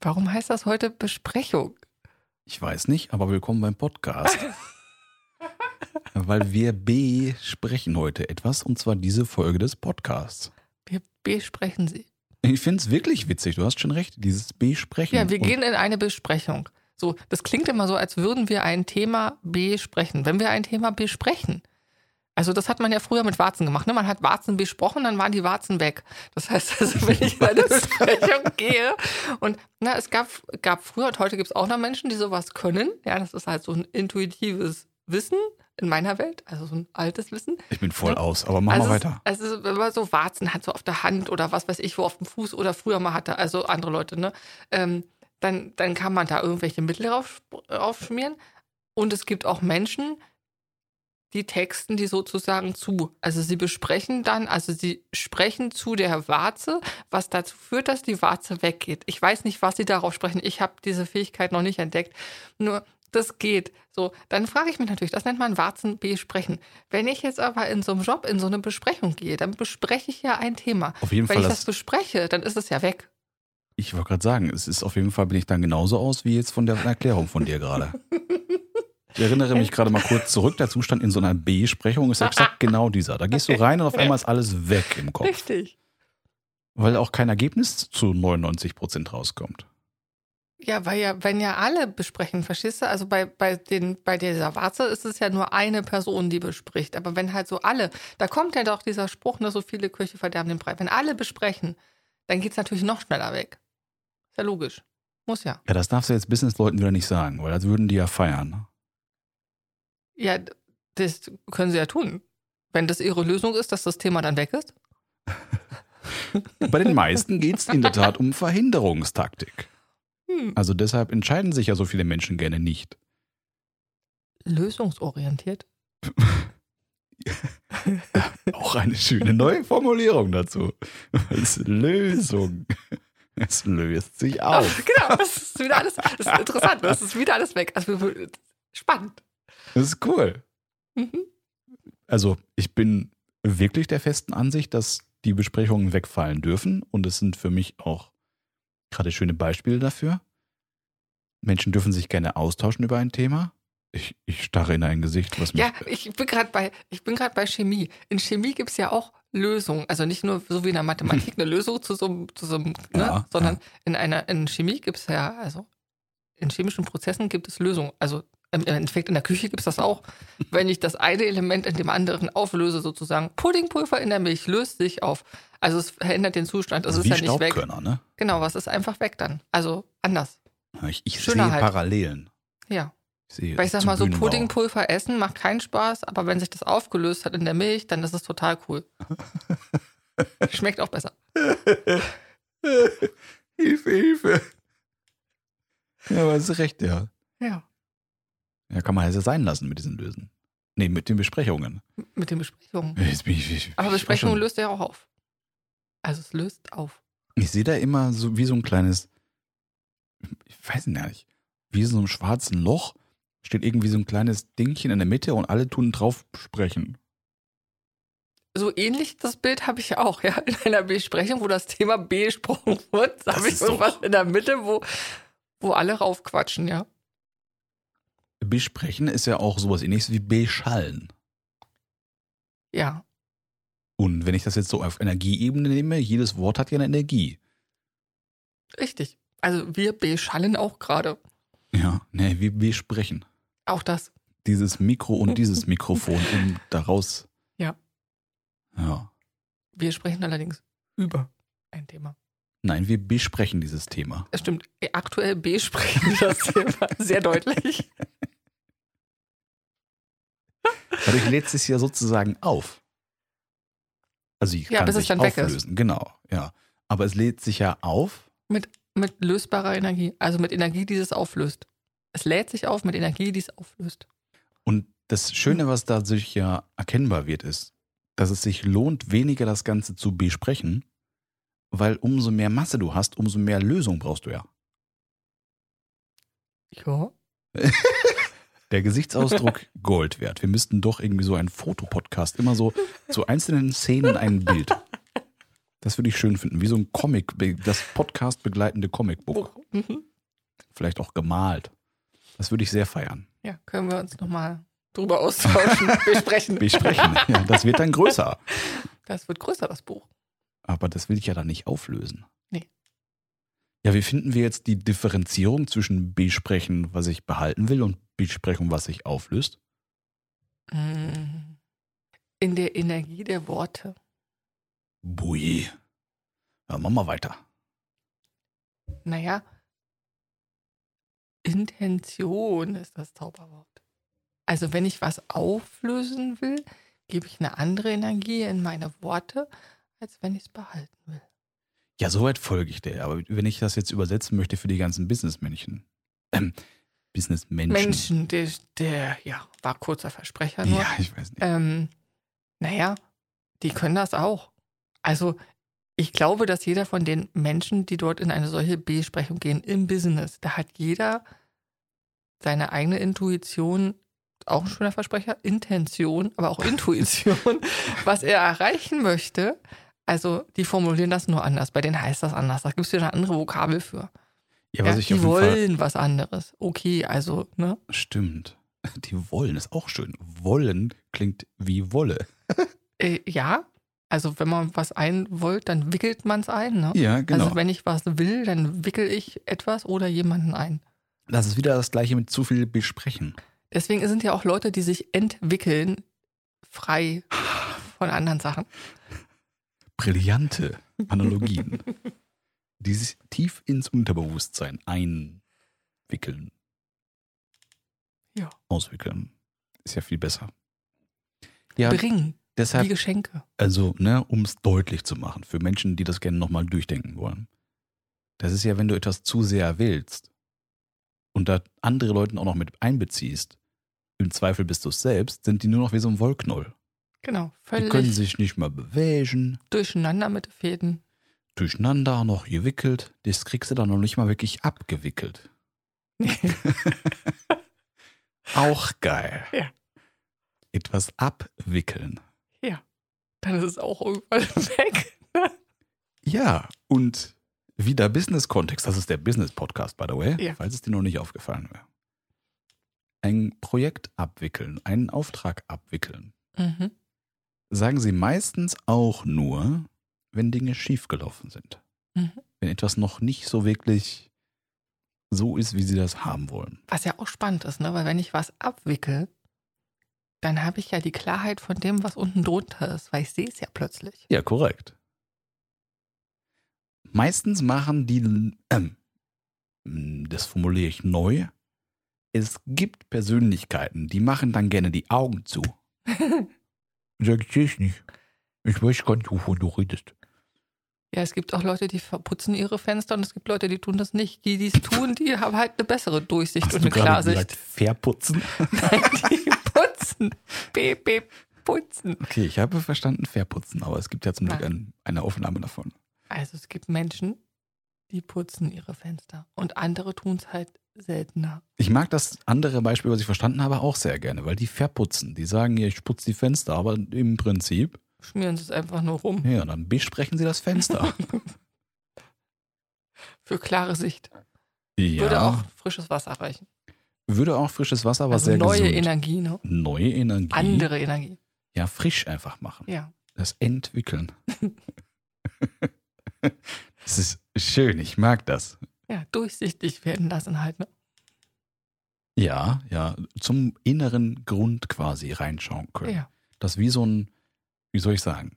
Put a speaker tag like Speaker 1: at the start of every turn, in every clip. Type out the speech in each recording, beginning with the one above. Speaker 1: Warum heißt das heute Besprechung?
Speaker 2: Ich weiß nicht, aber willkommen beim Podcast. Weil wir besprechen heute etwas und zwar diese Folge des Podcasts.
Speaker 1: Wir besprechen sie.
Speaker 2: Ich finde es wirklich witzig, du hast schon recht, dieses Besprechen.
Speaker 1: Ja, wir
Speaker 2: Mhm. Und-
Speaker 1: gehen in eine Besprechung. So, das klingt immer so, als würden wir ein Thema besprechen. Wenn wir ein Thema besprechen. Also das hat man ja früher mit Warzen gemacht. Ne? Man hat Warzen besprochen, dann waren die Warzen weg. Das heißt, also, wenn ich in eine Besprechung gehe und na, es gab, gab früher und heute gibt es auch noch Menschen, die sowas können. Ja, das ist halt so ein intuitives Wissen in meiner Welt, also so ein altes Wissen.
Speaker 2: Ich bin voll aus, aber machen
Speaker 1: also
Speaker 2: wir weiter.
Speaker 1: Es, also wenn man so Warzen hat, so auf der Hand oder was weiß ich, wo auf dem Fuß oder früher mal hatte, also andere Leute, ne? Ähm, dann, dann kann man da irgendwelche Mittel rauf, aufschmieren. Und es gibt auch Menschen, die texten die sozusagen zu. Also sie besprechen dann, also sie sprechen zu der Warze, was dazu führt, dass die Warze weggeht. Ich weiß nicht, was sie darauf sprechen. Ich habe diese Fähigkeit noch nicht entdeckt. Nur das geht. So, dann frage ich mich natürlich, das nennt man Warzen besprechen. Wenn ich jetzt aber in so einem Job in so eine Besprechung gehe, dann bespreche ich ja ein Thema.
Speaker 2: Auf jeden
Speaker 1: Wenn
Speaker 2: Fall,
Speaker 1: ich das
Speaker 2: das,
Speaker 1: bespreche, dann ist es ja weg.
Speaker 2: ich wollte gerade sagen, es ist auf jeden Fall, bin ich dann genauso aus wie jetzt von der Erklärung von dir gerade. Ich erinnere mich gerade mal kurz zurück, der Zustand in so einer Besprechung ist exakt genau dieser. Da gehst du rein und auf einmal ist alles weg im Kopf.
Speaker 1: Richtig.
Speaker 2: Weil auch kein Ergebnis zu 99 Prozent rauskommt.
Speaker 1: Ja, weil ja, wenn ja alle besprechen, verstehst du? Also bei, bei, den, bei dieser Warze ist es ja nur eine Person, die bespricht. Aber wenn halt so alle, da kommt ja doch dieser Spruch, ne, so viele Kirche verderben den Brei. Wenn alle besprechen, dann geht es natürlich noch schneller weg. Ist ja logisch. Muss ja.
Speaker 2: Ja, das darfst du jetzt Businessleuten wieder nicht sagen, weil das würden die ja feiern.
Speaker 1: Ja, d- das können sie ja tun. Wenn das ihre Lösung ist, dass das Thema dann weg ist.
Speaker 2: Bei den meisten geht es in der Tat um Verhinderungstaktik.
Speaker 1: Hm.
Speaker 2: Also deshalb entscheiden sich ja so viele Menschen gerne nicht.
Speaker 1: Lösungsorientiert.
Speaker 2: Auch eine schöne neue Formulierung dazu. Als Lösung. Es löst sich auf.
Speaker 1: Genau, das ist wieder alles. Das ist interessant, das ist wieder alles weg. Also wir- spannend.
Speaker 2: Das ist cool.
Speaker 1: Mhm.
Speaker 2: Also ich bin wirklich der festen Ansicht, dass die Besprechungen wegfallen dürfen. Und es sind für mich auch gerade schöne Beispiele dafür. Menschen dürfen sich gerne austauschen über ein Thema. Ich, ich starre in ein Gesicht, was mich
Speaker 1: Ja, ich bin gerade bei, ich bin gerade bei Chemie. In Chemie gibt es ja auch Lösungen. Also nicht nur so wie in der Mathematik eine Lösung zu so einem, zu so einem ne?
Speaker 2: Ja,
Speaker 1: sondern in einer, in Chemie gibt es ja, also in chemischen Prozessen gibt es Lösungen. Also im Endeffekt in der Küche gibt es das auch. Wenn ich das eine Element in dem anderen auflöse, sozusagen Puddingpulver in der Milch löst sich auf. Also es verändert den Zustand. Also, Es ist
Speaker 2: Also wie
Speaker 1: ja nicht weg.
Speaker 2: Staubkörner, ne?
Speaker 1: Genau, was ist einfach weg dann? Also anders.
Speaker 2: Ich, ich sehe
Speaker 1: Schöner halt.
Speaker 2: Parallelen.
Speaker 1: Ja.
Speaker 2: Ich sehe
Speaker 1: Weil ich sag
Speaker 2: zum
Speaker 1: mal so,
Speaker 2: Bühnenbau.
Speaker 1: Puddingpulver essen macht keinen Spaß, aber wenn sich das aufgelöst hat in der Milch, dann ist es total cool. Schmeckt auch besser.
Speaker 2: Hilfe, Hilfe. Ja, aber es ist recht, ja.
Speaker 1: Ja.
Speaker 2: Ja, kann man es ja sein lassen mit diesen Lösen. Nee, mit den Besprechungen.
Speaker 1: Mit den Besprechungen.
Speaker 2: Jetzt bin ich, ich,
Speaker 1: Aber
Speaker 2: ich-
Speaker 1: Besprechungen
Speaker 2: ich-
Speaker 1: löst ja auch auf. Also es löst auf.
Speaker 2: Ich sehe da immer so wie so ein kleines, ich weiß nicht, ehrlich, wie so einem schwarzen Loch steht irgendwie so ein kleines Dingchen in der Mitte und alle tun drauf sprechen.
Speaker 1: So ähnlich das Bild habe ich auch, ja. In einer Besprechung, wo das Thema besprochen wird,
Speaker 2: Das
Speaker 1: habe ich
Speaker 2: ist doch-
Speaker 1: irgendwas in der Mitte, wo, wo alle raufquatschen, ja.
Speaker 2: Besprechen ist ja auch sowas ähnliches wie beschallen.
Speaker 1: Ja.
Speaker 2: Und wenn ich das jetzt so auf Energieebene nehme, jedes Wort hat ja eine Energie.
Speaker 1: Richtig. Also wir beschallen auch gerade.
Speaker 2: Ja, ne, wir besprechen.
Speaker 1: Auch das.
Speaker 2: Dieses Mikro und dieses Mikrofon, um daraus.
Speaker 1: Ja.
Speaker 2: Ja.
Speaker 1: Wir sprechen allerdings über ein Thema.
Speaker 2: Nein, wir besprechen dieses Thema.
Speaker 1: Es stimmt. Aktuell besprechen wir das Thema sehr deutlich.
Speaker 2: Dadurch lädt es sich ja sozusagen auf. Also ich
Speaker 1: Ja,
Speaker 2: kann
Speaker 1: bis es
Speaker 2: sich
Speaker 1: dann weg ist.
Speaker 2: auflösen, genau, ja. Aber es lädt sich ja auf.
Speaker 1: Mit lösbarer Energie. Also mit Energie, die es auflöst. Es lädt sich auf mit Energie, die es auflöst.
Speaker 2: Und das Schöne, was dadurch ja erkennbar wird, ist, dass es sich lohnt, weniger das Ganze zu besprechen, weil umso mehr Masse du hast, umso mehr Lösung brauchst du ja.
Speaker 1: Ja.
Speaker 2: Der Gesichtsausdruck Gold wert. Wir müssten doch irgendwie so einen Fotopodcast, immer so zu einzelnen Szenen ein Bild. Das würde ich schön finden, wie so ein Comic, das Podcast begleitende Comicbook.
Speaker 1: Mhm.
Speaker 2: Vielleicht auch gemalt. Das würde ich sehr feiern.
Speaker 1: Ja, können wir uns nochmal drüber austauschen, besprechen.
Speaker 2: Besprechen. ja, das wird dann größer.
Speaker 1: Das wird größer, das Buch.
Speaker 2: Aber das will ich ja dann nicht auflösen.
Speaker 1: Nee.
Speaker 2: Ja, wie finden wir jetzt die Differenzierung zwischen Besprechen, was ich behalten will, und Besprechung, was sich auflöst?
Speaker 1: Mm. In der Energie der Worte.
Speaker 2: Bui. Ja, machen wir weiter.
Speaker 1: Naja, Intention ist das Zauberwort. Also wenn ich was auflösen will, gebe ich eine andere Energie in meine Worte, als wenn ich es behalten will.
Speaker 2: Ja, soweit folge ich dir. Aber wenn ich das jetzt übersetzen möchte für die ganzen Businessmännchen. Ähm, Businessmenschen.
Speaker 1: Menschen, der, der ja, war kurzer Versprecher nur.
Speaker 2: Ja, ich weiß nicht.
Speaker 1: Ähm, naja, die können das auch. Also ich glaube, dass jeder von den Menschen, die dort in eine solche Besprechung gehen, im Business, da hat jeder seine eigene Intuition, auch ein schöner Versprecher, Intention, aber auch Intuition, was er erreichen möchte. Also die formulieren das nur anders. Bei denen heißt das anders. Da gibt es wieder andere Vokabel für. Ja,
Speaker 2: Ja, was ich auf
Speaker 1: die
Speaker 2: jeden Fall.
Speaker 1: wollen was anderes. Okay, also, ne?
Speaker 2: Stimmt. Die wollen ist auch schön. Wollen klingt wie Wolle.
Speaker 1: Äh, ja, also wenn man was ein wollt, dann wickelt man es ein. Ne?
Speaker 2: Ja, genau.
Speaker 1: Also wenn ich was will, dann wickel ich etwas oder jemanden ein.
Speaker 2: das ist wieder das gleiche mit zu viel besprechen.
Speaker 1: Deswegen sind ja auch Leute, die sich entwickeln, frei von anderen Sachen.
Speaker 2: Brillante Analogien. die sich tief ins Unterbewusstsein einwickeln.
Speaker 1: Ja.
Speaker 2: Auswickeln. Ist ja viel besser. Ja,
Speaker 1: Bringen, wie
Speaker 2: deshalb,
Speaker 1: Geschenke.
Speaker 2: also, ne, um es deutlich zu machen, für Menschen, die das gerne nochmal durchdenken wollen. Das ist ja, wenn du etwas zu sehr willst und da andere Leute auch noch mit einbeziehst, im Zweifel bist du es selbst, sind die nur noch wie so ein Wollknoll.
Speaker 1: Genau,
Speaker 2: Die können
Speaker 1: völlig
Speaker 2: sich nicht mehr bewegen,
Speaker 1: durcheinander mit den Fäden.
Speaker 2: durcheinander noch gewickelt. Das kriegst du dann noch nicht mal wirklich abgewickelt. Auch geil.
Speaker 1: Ja.
Speaker 2: Etwas abwickeln.
Speaker 1: Dann ist es auch irgendwann weg.
Speaker 2: Ja, und wieder Business-Kontext. Das ist der Business-Podcast, by the way,
Speaker 1: Ja.
Speaker 2: falls es dir noch nicht aufgefallen wäre. Ein Projekt abwickeln, einen Auftrag abwickeln.
Speaker 1: Mhm.
Speaker 2: Sagen sie meistens auch nur, wenn Dinge schiefgelaufen sind.
Speaker 1: Mhm.
Speaker 2: Wenn etwas noch nicht so wirklich so ist, wie sie das haben wollen.
Speaker 1: Was ja auch spannend ist, ne? weil wenn ich was abwickel, dann habe ich ja die Klarheit von dem, was unten drunter ist, weil ich sehe es ja plötzlich.
Speaker 2: Ja, korrekt. Meistens machen die, ähm, das formuliere ich neu. Es gibt Persönlichkeiten, die machen dann gerne die Augen zu. Sag ich es nicht. Ich weiß gar nicht, wovon du redest.
Speaker 1: Ja, es gibt auch Leute, die verputzen ihre Fenster und es gibt Leute, die tun das nicht. Die, die es tun, die haben halt eine bessere Durchsicht und eine
Speaker 2: also
Speaker 1: Klarsicht.
Speaker 2: verputzen?
Speaker 1: Nein, die putzen. Piep, piep, putzen.
Speaker 2: Okay, ich habe verstanden, verputzen, aber es gibt ja zum Glück ein, eine Aufnahme davon.
Speaker 1: Also es gibt Menschen, die putzen ihre Fenster und andere tun es halt seltener.
Speaker 2: Ich mag das andere Beispiel, was ich verstanden habe, auch sehr gerne, weil die verputzen. Die sagen, ja, ich putze die Fenster, aber im Prinzip
Speaker 1: Schmieren sie es einfach nur rum.
Speaker 2: Ja, dann besprechen Sie das Fenster.
Speaker 1: Für klare Sicht.
Speaker 2: ja.
Speaker 1: Würde auch frisches Wasser reichen.
Speaker 2: würde auch frisches Wasser, aber
Speaker 1: also
Speaker 2: sehr
Speaker 1: neue
Speaker 2: gesund.
Speaker 1: Energie, ne?
Speaker 2: neue Energie.
Speaker 1: Andere Energie.
Speaker 2: Ja, frisch einfach machen.
Speaker 1: Ja.
Speaker 2: Das entwickeln. das ist schön, ich mag das.
Speaker 1: Ja, durchsichtig werden lassen halt, ne?
Speaker 2: Ja, ja, zum inneren Grund quasi reinschauen können.
Speaker 1: Ja.
Speaker 2: Das wie so ein, wie soll ich sagen,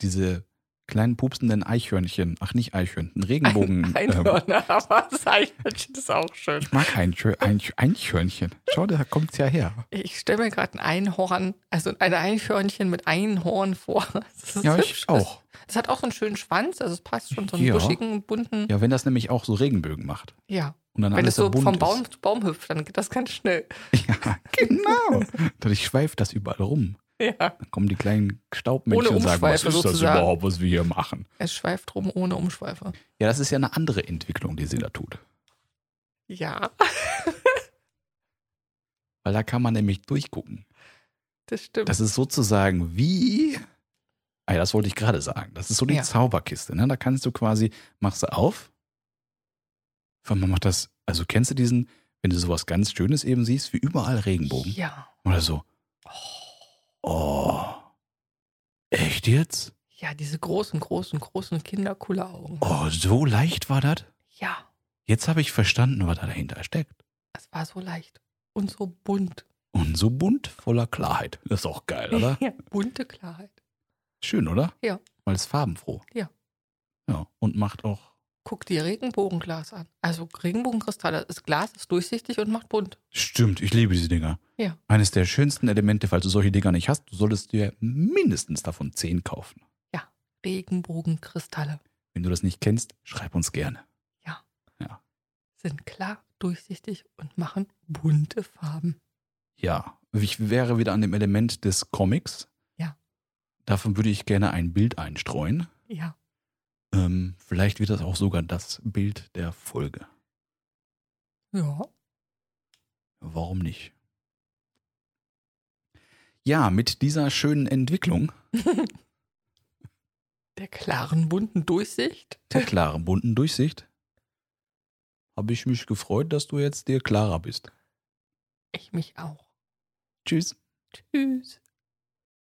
Speaker 2: diese kleinen pupsenden Eichhörnchen, ach nicht Eichhörnchen, Regenbogen. ähm,
Speaker 1: Einhörner, aber das Eichhörnchen ist auch schön.
Speaker 2: ich mag Einchö- Einch- Eichhörnchen. Schau, da kommt's ja her.
Speaker 1: Ich stelle mir gerade ein Einhorn, also ein Eichhörnchen mit Einhorn vor. Das ist
Speaker 2: Ja,
Speaker 1: hübsch.
Speaker 2: ich auch.
Speaker 1: Das, das hat auch so einen schönen Schwanz, also es passt schon so einen
Speaker 2: Ja.
Speaker 1: buschigen, bunten.
Speaker 2: Ja, wenn das nämlich auch so Regenbögen macht.
Speaker 1: ja.
Speaker 2: Und dann
Speaker 1: Wenn
Speaker 2: alles
Speaker 1: es so
Speaker 2: bunt
Speaker 1: vom
Speaker 2: ist.
Speaker 1: Baum zu Baum hüpft, dann geht das ganz schnell.
Speaker 2: Ja, genau. Dadurch schweift das überall rum.
Speaker 1: Ja.
Speaker 2: Dann kommen die kleinen Staubmännchen
Speaker 1: Ohne
Speaker 2: und sagen, was
Speaker 1: Umschweife
Speaker 2: ist das
Speaker 1: sozusagen.
Speaker 2: überhaupt, was wir hier machen?
Speaker 1: Es schweift rum ohne Umschweife.
Speaker 2: Ja, das ist ja eine andere Entwicklung, die sie da tut.
Speaker 1: Ja,
Speaker 2: Weil da kann man nämlich durchgucken.
Speaker 1: das stimmt.
Speaker 2: Das ist sozusagen wie Ah, ja, das wollte ich gerade sagen. Das ist so die
Speaker 1: Ja.
Speaker 2: Zauberkiste. Ne? Da kannst du quasi, machst du auf. Und man macht das, also kennst du diesen, wenn du sowas ganz Schönes eben siehst, wie überall Regenbogen
Speaker 1: Ja.
Speaker 2: oder so. Oh. Echt jetzt?
Speaker 1: Ja, diese großen, großen, großen Kinderkulleraugen.
Speaker 2: Oh, so leicht war das?
Speaker 1: Ja,
Speaker 2: Jetzt habe ich verstanden, was da dahinter steckt.
Speaker 1: es war so leicht. Und so bunt.
Speaker 2: Und so bunt, voller Klarheit. Das ist auch geil, oder?
Speaker 1: Ja, bunte Klarheit.
Speaker 2: Schön, oder?
Speaker 1: Ja.
Speaker 2: Weil es farbenfroh.
Speaker 1: Ja.
Speaker 2: Ja, und macht auch
Speaker 1: Guck dir Regenbogenglas an. Also Regenbogenkristalle. Das Glas ist durchsichtig und macht bunt.
Speaker 2: Stimmt, ich liebe diese Dinger.
Speaker 1: Ja.
Speaker 2: Eines der schönsten Elemente, falls du solche Dinger nicht hast, du solltest dir mindestens davon 10 kaufen.
Speaker 1: Regenbogenkristalle
Speaker 2: Wenn du das nicht kennst, schreib uns gerne.
Speaker 1: sind klar, durchsichtig und machen bunte Farben.
Speaker 2: Ja, ich wäre wieder an dem Element des Comics.
Speaker 1: Ja.
Speaker 2: Davon würde ich gerne ein Bild einstreuen.
Speaker 1: Ja.
Speaker 2: Ähm, vielleicht wird das auch sogar das Bild der Folge.
Speaker 1: Ja.
Speaker 2: Warum nicht? Ja, mit dieser schönen Entwicklung
Speaker 1: Der klaren, bunten Durchsicht.
Speaker 2: der klaren, bunten Durchsicht habe ich mich gefreut, dass du jetzt dir klarer bist.
Speaker 1: Ich mich auch.
Speaker 2: Tschüss.
Speaker 1: Tschüss.